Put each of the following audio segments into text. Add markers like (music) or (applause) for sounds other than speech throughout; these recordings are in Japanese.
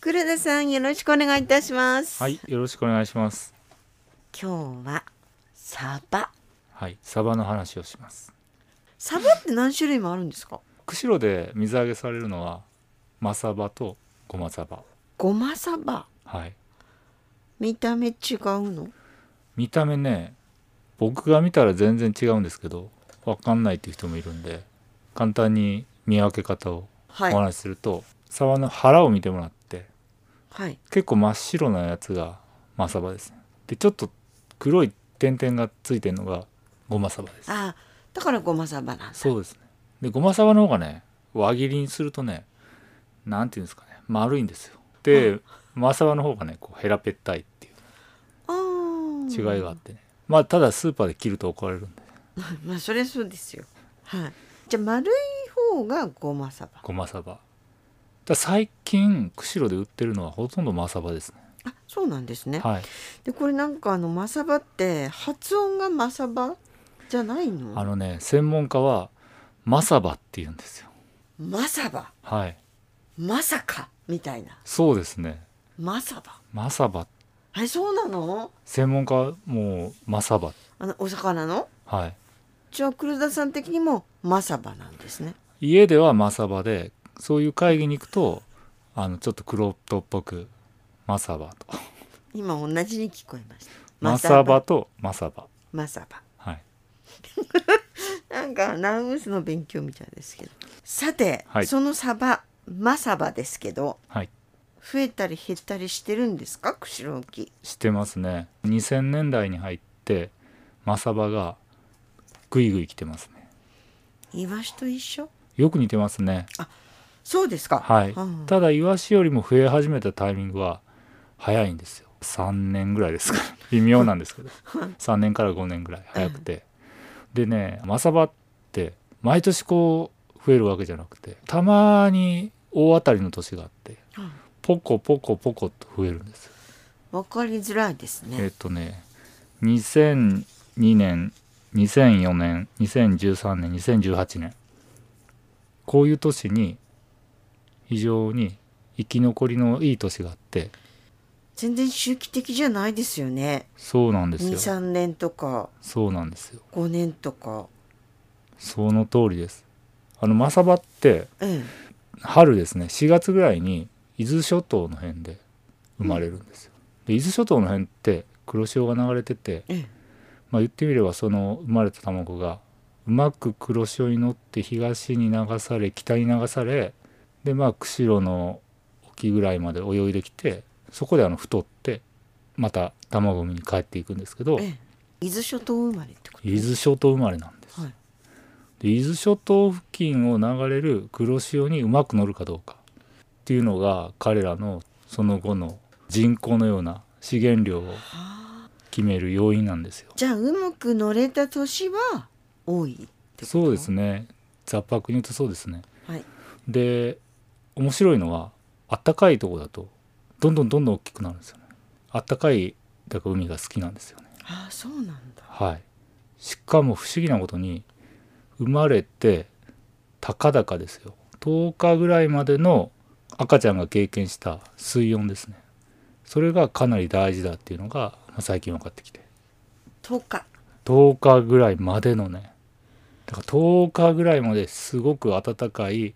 黒田さんよろしくお願いいたします。はい、よろしくお願いします。今日はサバ。はい、サバの話をします。サバって何種類もあるんですか。釧路で水揚げされるのはマサバとゴマサバ。ごまサバ。はい。見た目違うの。見た目ね、僕が見たら全然違うんですけど、わかんないっていう人もいるんで、簡単に見分け方をおはい。話しすると、サバの腹を見てもらって、はい。結構真っ白なやつがマサバですね。で、ちょっと黒い点々がついてるのがゴマサバです。ああ、だからごまサバなんだ。そうですねでごまさばの方がね輪切りにするとねなんていうんですかね丸いんですよでまさばの方がねこうヘラペッタイっていうああ。違いがあっ。てね、まあただスーパーで切ると怒られるんでまあ、それそうですよ。はい。じゃあ、丸い方がごまサバ。ごまさばだ最近釧路で売ってるのはほとんどまさばですねあ、そうなんですね。はいで、これなんか、あの、マサバって発音がマサバ。じゃないの。あのね専門家はまさばって言うんですよマサバ。はいまさか。みたいな。そうですねマサバ。まさばはい、そうなの。専門家はもうまさばあのお魚のはいじゃあ黒田さん的にもマサバなんですね家ではマサバでそういう会議に行くとあのちょっと黒人っぽくマサバと今同じに聞こえましたマサバとマサバマサバはいなんかアナウンスの勉強みたいですけどさて、はいそのサバマサバですけどはい増えたり減ったりしてるんですか釧路沖知ってますね2000年代に入ってマサバがグイグイ来てますねイワシと一緒よく似てますねそうですかはいうんただイワシよりも増え始めたタイミングは早いんですよ3年ぐらいですか (laughs) 微妙なんですけど3年から5年ぐらい早くてでねマサバって毎年こう増えるわけじゃなくてたまに大当たりの年があってうんポコポコポコっと増えるんですよわかりづらいですえっねとね2002年2004年2013年2018年こういう年に非常に生き残りのいい年があって全然周期的じゃないですよねそうなんですよ23年とかそうなんですよ5年とかその通りですあのマサバってええ春ですね4月ぐらいに伊豆諸島の辺で生まれるんですよ、で伊豆諸島の辺って黒潮が流れてて、ええまあ、言ってみればその生まれた卵がうまく黒潮に乗って東に流され北に流されでまあ釧路の沖ぐらいまで泳いできてそこであの太ってまた卵を産みに帰っていくんですけどええ伊豆諸島生まれってこと伊豆諸島生まれなんです、はいで伊豆諸島付近を流れる黒潮にうまく乗るかどうかっていうのが彼らのその後の人口のような資源量を決める要因なんですよじゃあうまく乗れた年は多いってことそうですね雑白に言うとそうですねはいで面白いのはあったかいとこだとどんどんどんどん大きくなるんですよねあったかいだから海が好きなんですよねああそうなんだはいしかも不思議なことに生まれて高々ですよ10日ぐらいまでの赤ちゃんが経験した水温ですねそれがかなり大事だっていうのがまあ最近分かってきて10日10日ぐらいまでのねだから10日ぐらいまですごく暖かい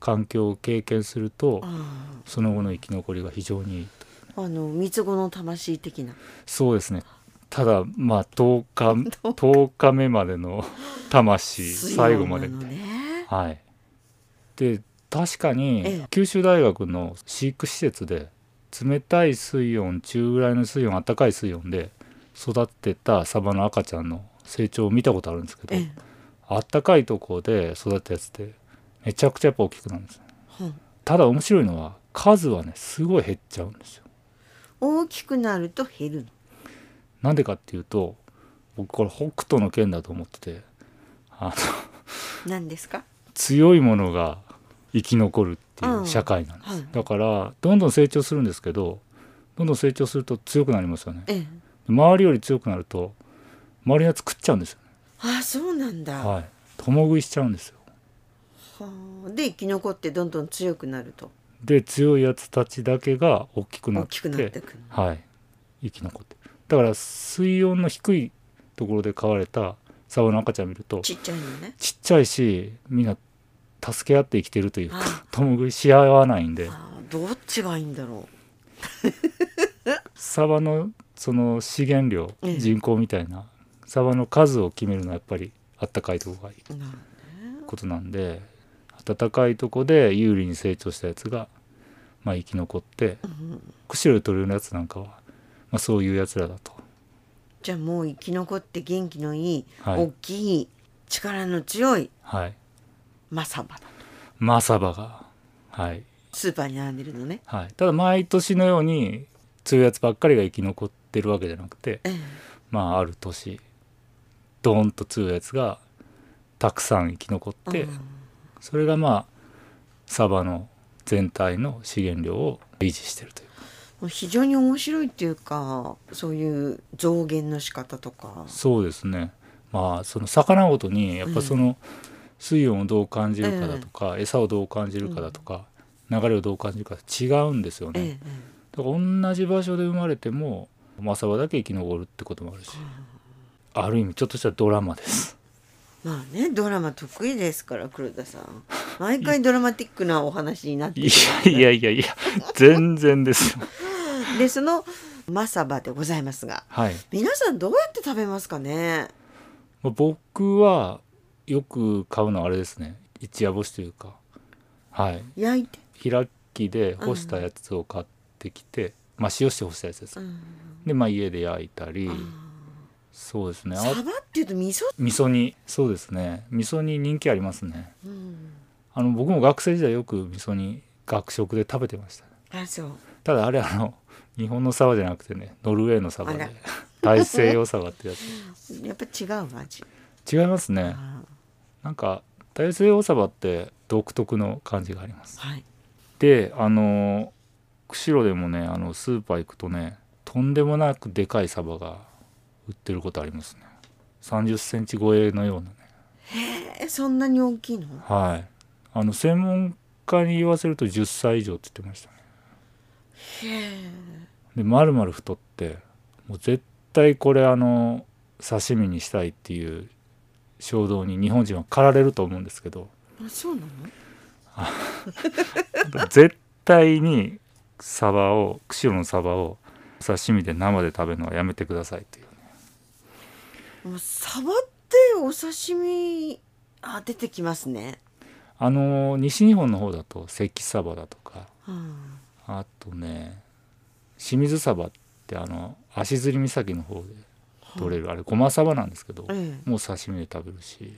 環境を経験するとあその後の生き残りが非常にいいとああの三つ子の魂的なそうですねただまあ10日10日目まで (laughs) の魂最後まで水温なのねはいで確かえにえ九州大学の飼育施設で冷たい水温中ぐらいの水温暖かい水温で育ってたサバの赤ちゃんの成長を見たことあるんですけどええあったかいとこで育ったやつってめちゃくちゃやっぱ大きくなるんですねうんただ面白いのは数はねすごい減っちゃうんですよ大きくなると減るのなんでかっていうと僕これ北斗の剣だと思っててあの何ですか強いものが生き残るっていううん社会なんです、はいだからどんどん成長するんですけどどんどん成長すると強くなりますよねええ周りより強くなると周りが作っちゃうんですよねああそうなんだ、ははい共食いしちゃうんですよあで生き残ってどんどん強くなるとで強いやつたちだけが大きくな大っきくてなってくるはい、生き残ってるだから水温の低いところで飼われたサバの赤ちゃん見るとちっちゃいのねちっちゃいしみんな助け合って生きてるというかあ共食いし合わないんであーどっちがいいんだろサバのその資源量ええ人口みたいなサバの数を決めるのはやっぱりあったかいとこがいいうなることなんで暖かいとこで有利に成長したやつが、まあ、生き残ってほどねうん釧路取れるやつなんかは、まあ、そういうやつらだと。じゃあもう生き残って元気のいい、はい大きい力の強いはい、マサバだマサバが、はいスーパーに並んでるのねはい、ただ毎年のように強いやつばっかりが生き残ってるわけじゃなくてええまあある年ドーンと強いやつがたくさん生き残って、うんそれがまあサバの全体の資源量を維持してるという非常に面白いっていうかそういう増減の仕方とかそうですねまあその魚ごとにやっぱその水温をどう感じるかだとか、餌をどう感じるかだとか、流れをどう感じるか違うんですよね。ええだから同じ場所で生まれてもマサバだけ生き残るってこともあるし、ある意味ちょっとしたドラマですまあねドラマ得意ですから黒田さん毎回ドラマティックなお話になっているやいやいやいや全然ですよでそのマサバでございますがはい、皆さんどうやって食べますかねまあ僕はよく買うのはあれですね一夜干しというかはい焼いて、開きで干したやつを買ってきて、まあ塩して干したやつです、うんでまあ家で焼いたり、そうですねサバあっていうと味噌、味噌煮そうですね味噌煮人気ありますねうん、あの僕も学生時代よく味噌煮学食で食べてましたあそうただあれあの日本のサバじゃなくてねノルウェーのサバあでら大西洋サバってややっぱ違う味、 (laughs) つ違いますねあなんか大西洋サバって独特の感じがありますはいであの釧路でもねあのスーパー行くとねとんでもなくでかいサバが売ってることありますね3 0センチ超えのようなねえそんなに大きいのはいあの専門家に言わせると10歳以上って言ってましたねへえでまるまる太ってもう絶対これあの刺身にしたいっていう衝動に日本人は駆られると思うんですけどあそうなの絶対にサバを釧路のサバを刺身で生で食べるのはやめてくださいっていうもうサバってお刺身あ出てきますね。あの西日本の方だと関サバだとかうん、あとね清水サバってあの足摺岬の方で取れるあれごまサバなんですけどええ、もう刺身で食べるし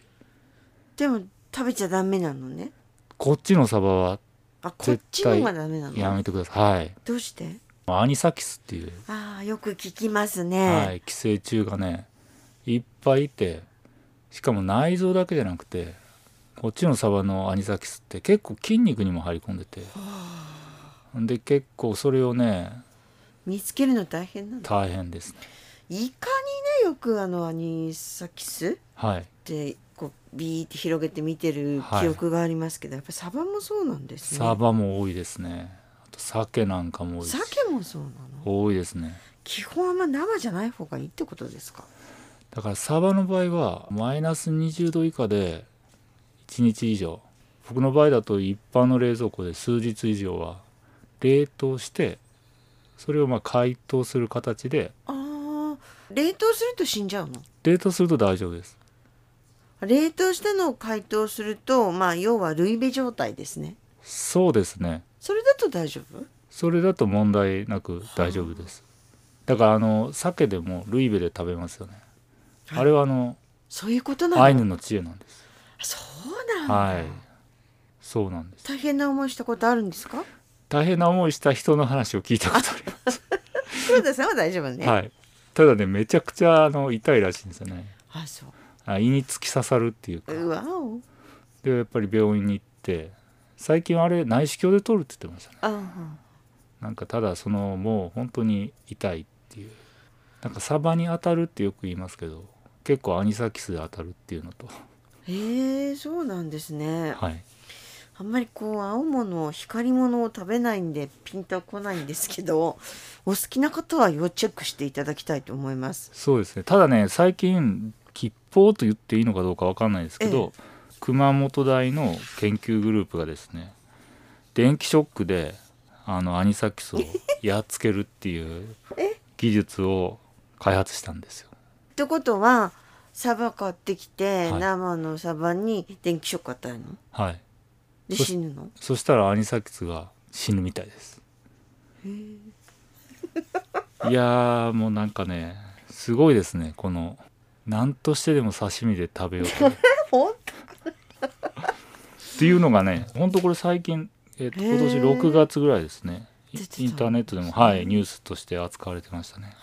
でも食べちゃダメなのね。こっちのサバはあこっちのがダメなやの。めてくださいはいどうして？アニサキスっていう、ああよく聞きますね。はい、寄生虫がねいっぱいいてしかも内臓だけじゃなくてこっちのサバのアニサキスって結構筋肉にも入り込んでてで結構それをね見つけるの大変なの。イ大変ですねカにねよくあのアニサキスっはいてこうビーって広げて見てるはい記憶がありますけど、やっぱサバもそうなんですね。サバも多いですねあと鮭なんかも多いです鮭もそうなの。多いですね基本あんま生じゃない方がいいってことですか。だからサバの場合はマイナス20度以下で1日以上僕の場合だと一般の冷蔵庫で数日以上は冷凍してそれをまあ解凍する形でああ冷凍すると死んじゃうの？冷凍すると大丈夫です冷凍したのを解凍するとまあ要は類ベ状態ですねそうですねそれだと大丈夫それだと問題なく大丈夫ですだからあの鮭でもルイベで食べますよねはいあれはあのそういうことなのアイヌの知恵なんですそうなんだ、はいそうなんです大変な思いしたことあるんですか大変な思いした人の話を聞いたこと (laughs) あります黒田さんは大丈夫ね、はい、ただねめちゃくちゃあの痛いらしいんですよねあそうあ胃に突き刺さるっていうかうわおでやっぱり病院に行って最近あれ内視鏡で取るって言ってましたねああなんかただそのもう本当に痛いっていうなんかサバに当たるってよく言いますけど結構アニサキスで当たるっていうのとへえそうなんですねはいあんまりこう青物光り物を食べないんでピンとは来ないんですけどお好きな方は要チェックしていただきたいと思いますそうですねただね最近吉報と言っていいのかどうかわかんないですけど、熊本大の研究グループがですね電気ショックであのアニサキスをやっつけるっていう技術を開発したんですよ。ってことはサバ買ってきて、はい生のサバに電気ショック与えるのはい、でそし死ぬのそしたらアニサキスが死ぬみたいです。 (laughs) いやーもうなんかねすごいですねこの何としてでも刺身で食べようとほんっていうのがね本当これ最近、えっとへ今ー年6月ぐらいですねい出てたインターネットでもはいニュースとして扱われてましたね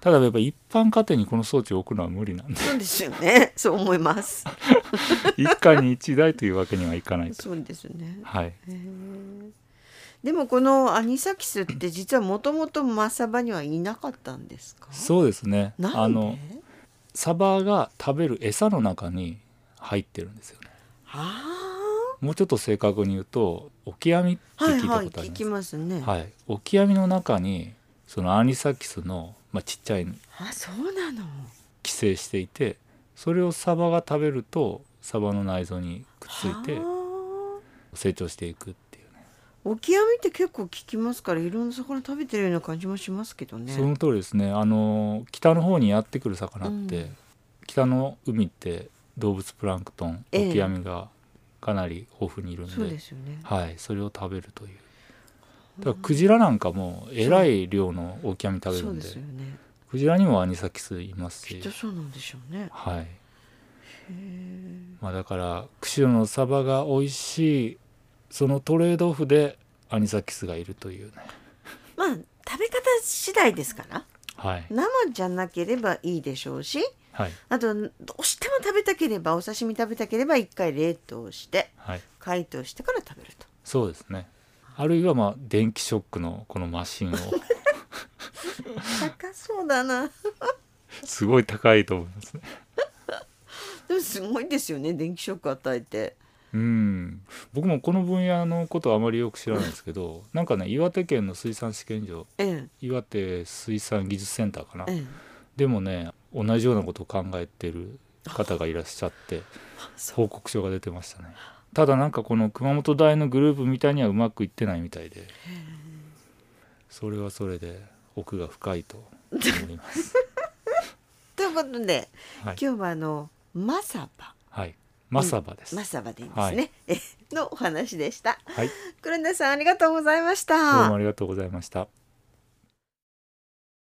ただやっぱ一般家庭にこの装置を置くのは無理なん (laughs) でそうですよねそう思います一家に一台というわけにはいかないとそうですねはいへーでもこのアニサキスって実はもともとマサバにはいなかったんですかそうですねなんであのサバが食べる餌の中に入ってるんですよねあもうちょっと正確に言うとオキアミってーはい聞いたはいことあり聞まきすますね、はいオキアミの中にそのアニサキスの、まあ、ちっちゃいあそうなの寄生していてそれをサバが食べるとサバの内臓にくっついてあー成長していくっていうねオキアミって結構効きますからいろんな魚食べてるような感じもしますけどねその通りですねあの北の方にやってくる魚って、うん北の海って動物プランクトンええオキアミがかなり豊富にいるんで,、そうですよねはい、それを食べるというだからクジラなんかもえらい量のオキアミ食べるそうんでですよねクジラにもアニサキスいますきしっとそうなんでしょうねはいへーまあ、だから釧路のサバが美味しいそのトレードオフでアニサキスがいるというねまあ食べ方次第ですからはい生じゃなければいいでしょうしはいあとどうしても食べたければお刺身食べたければ一回冷凍してはい解凍してから食べるとそうですねあるいはまあ電気ショックのこのマシンを高そうだな (laughs) すごい高いと思いますね (laughs) でもすごいですよね電気ショック与えてうん僕もこの分野のことはあまりよく知らないんですけどなんかね岩手県の水産試験場え岩手水産技術センターかなえええでもね同じようなことを考えてる方がいらっしゃってそ報告書が出てましたねただなんかこの熊本大のグループみたいにはうまくいってないみたいでそれはそれで奥が深いと思います (laughs) ということではい、今日はあのマサバはい、マサバです、マサバでいいんですはいね、えのお話でしたはい、黒田さんありがとうございましたどうもありがとうございました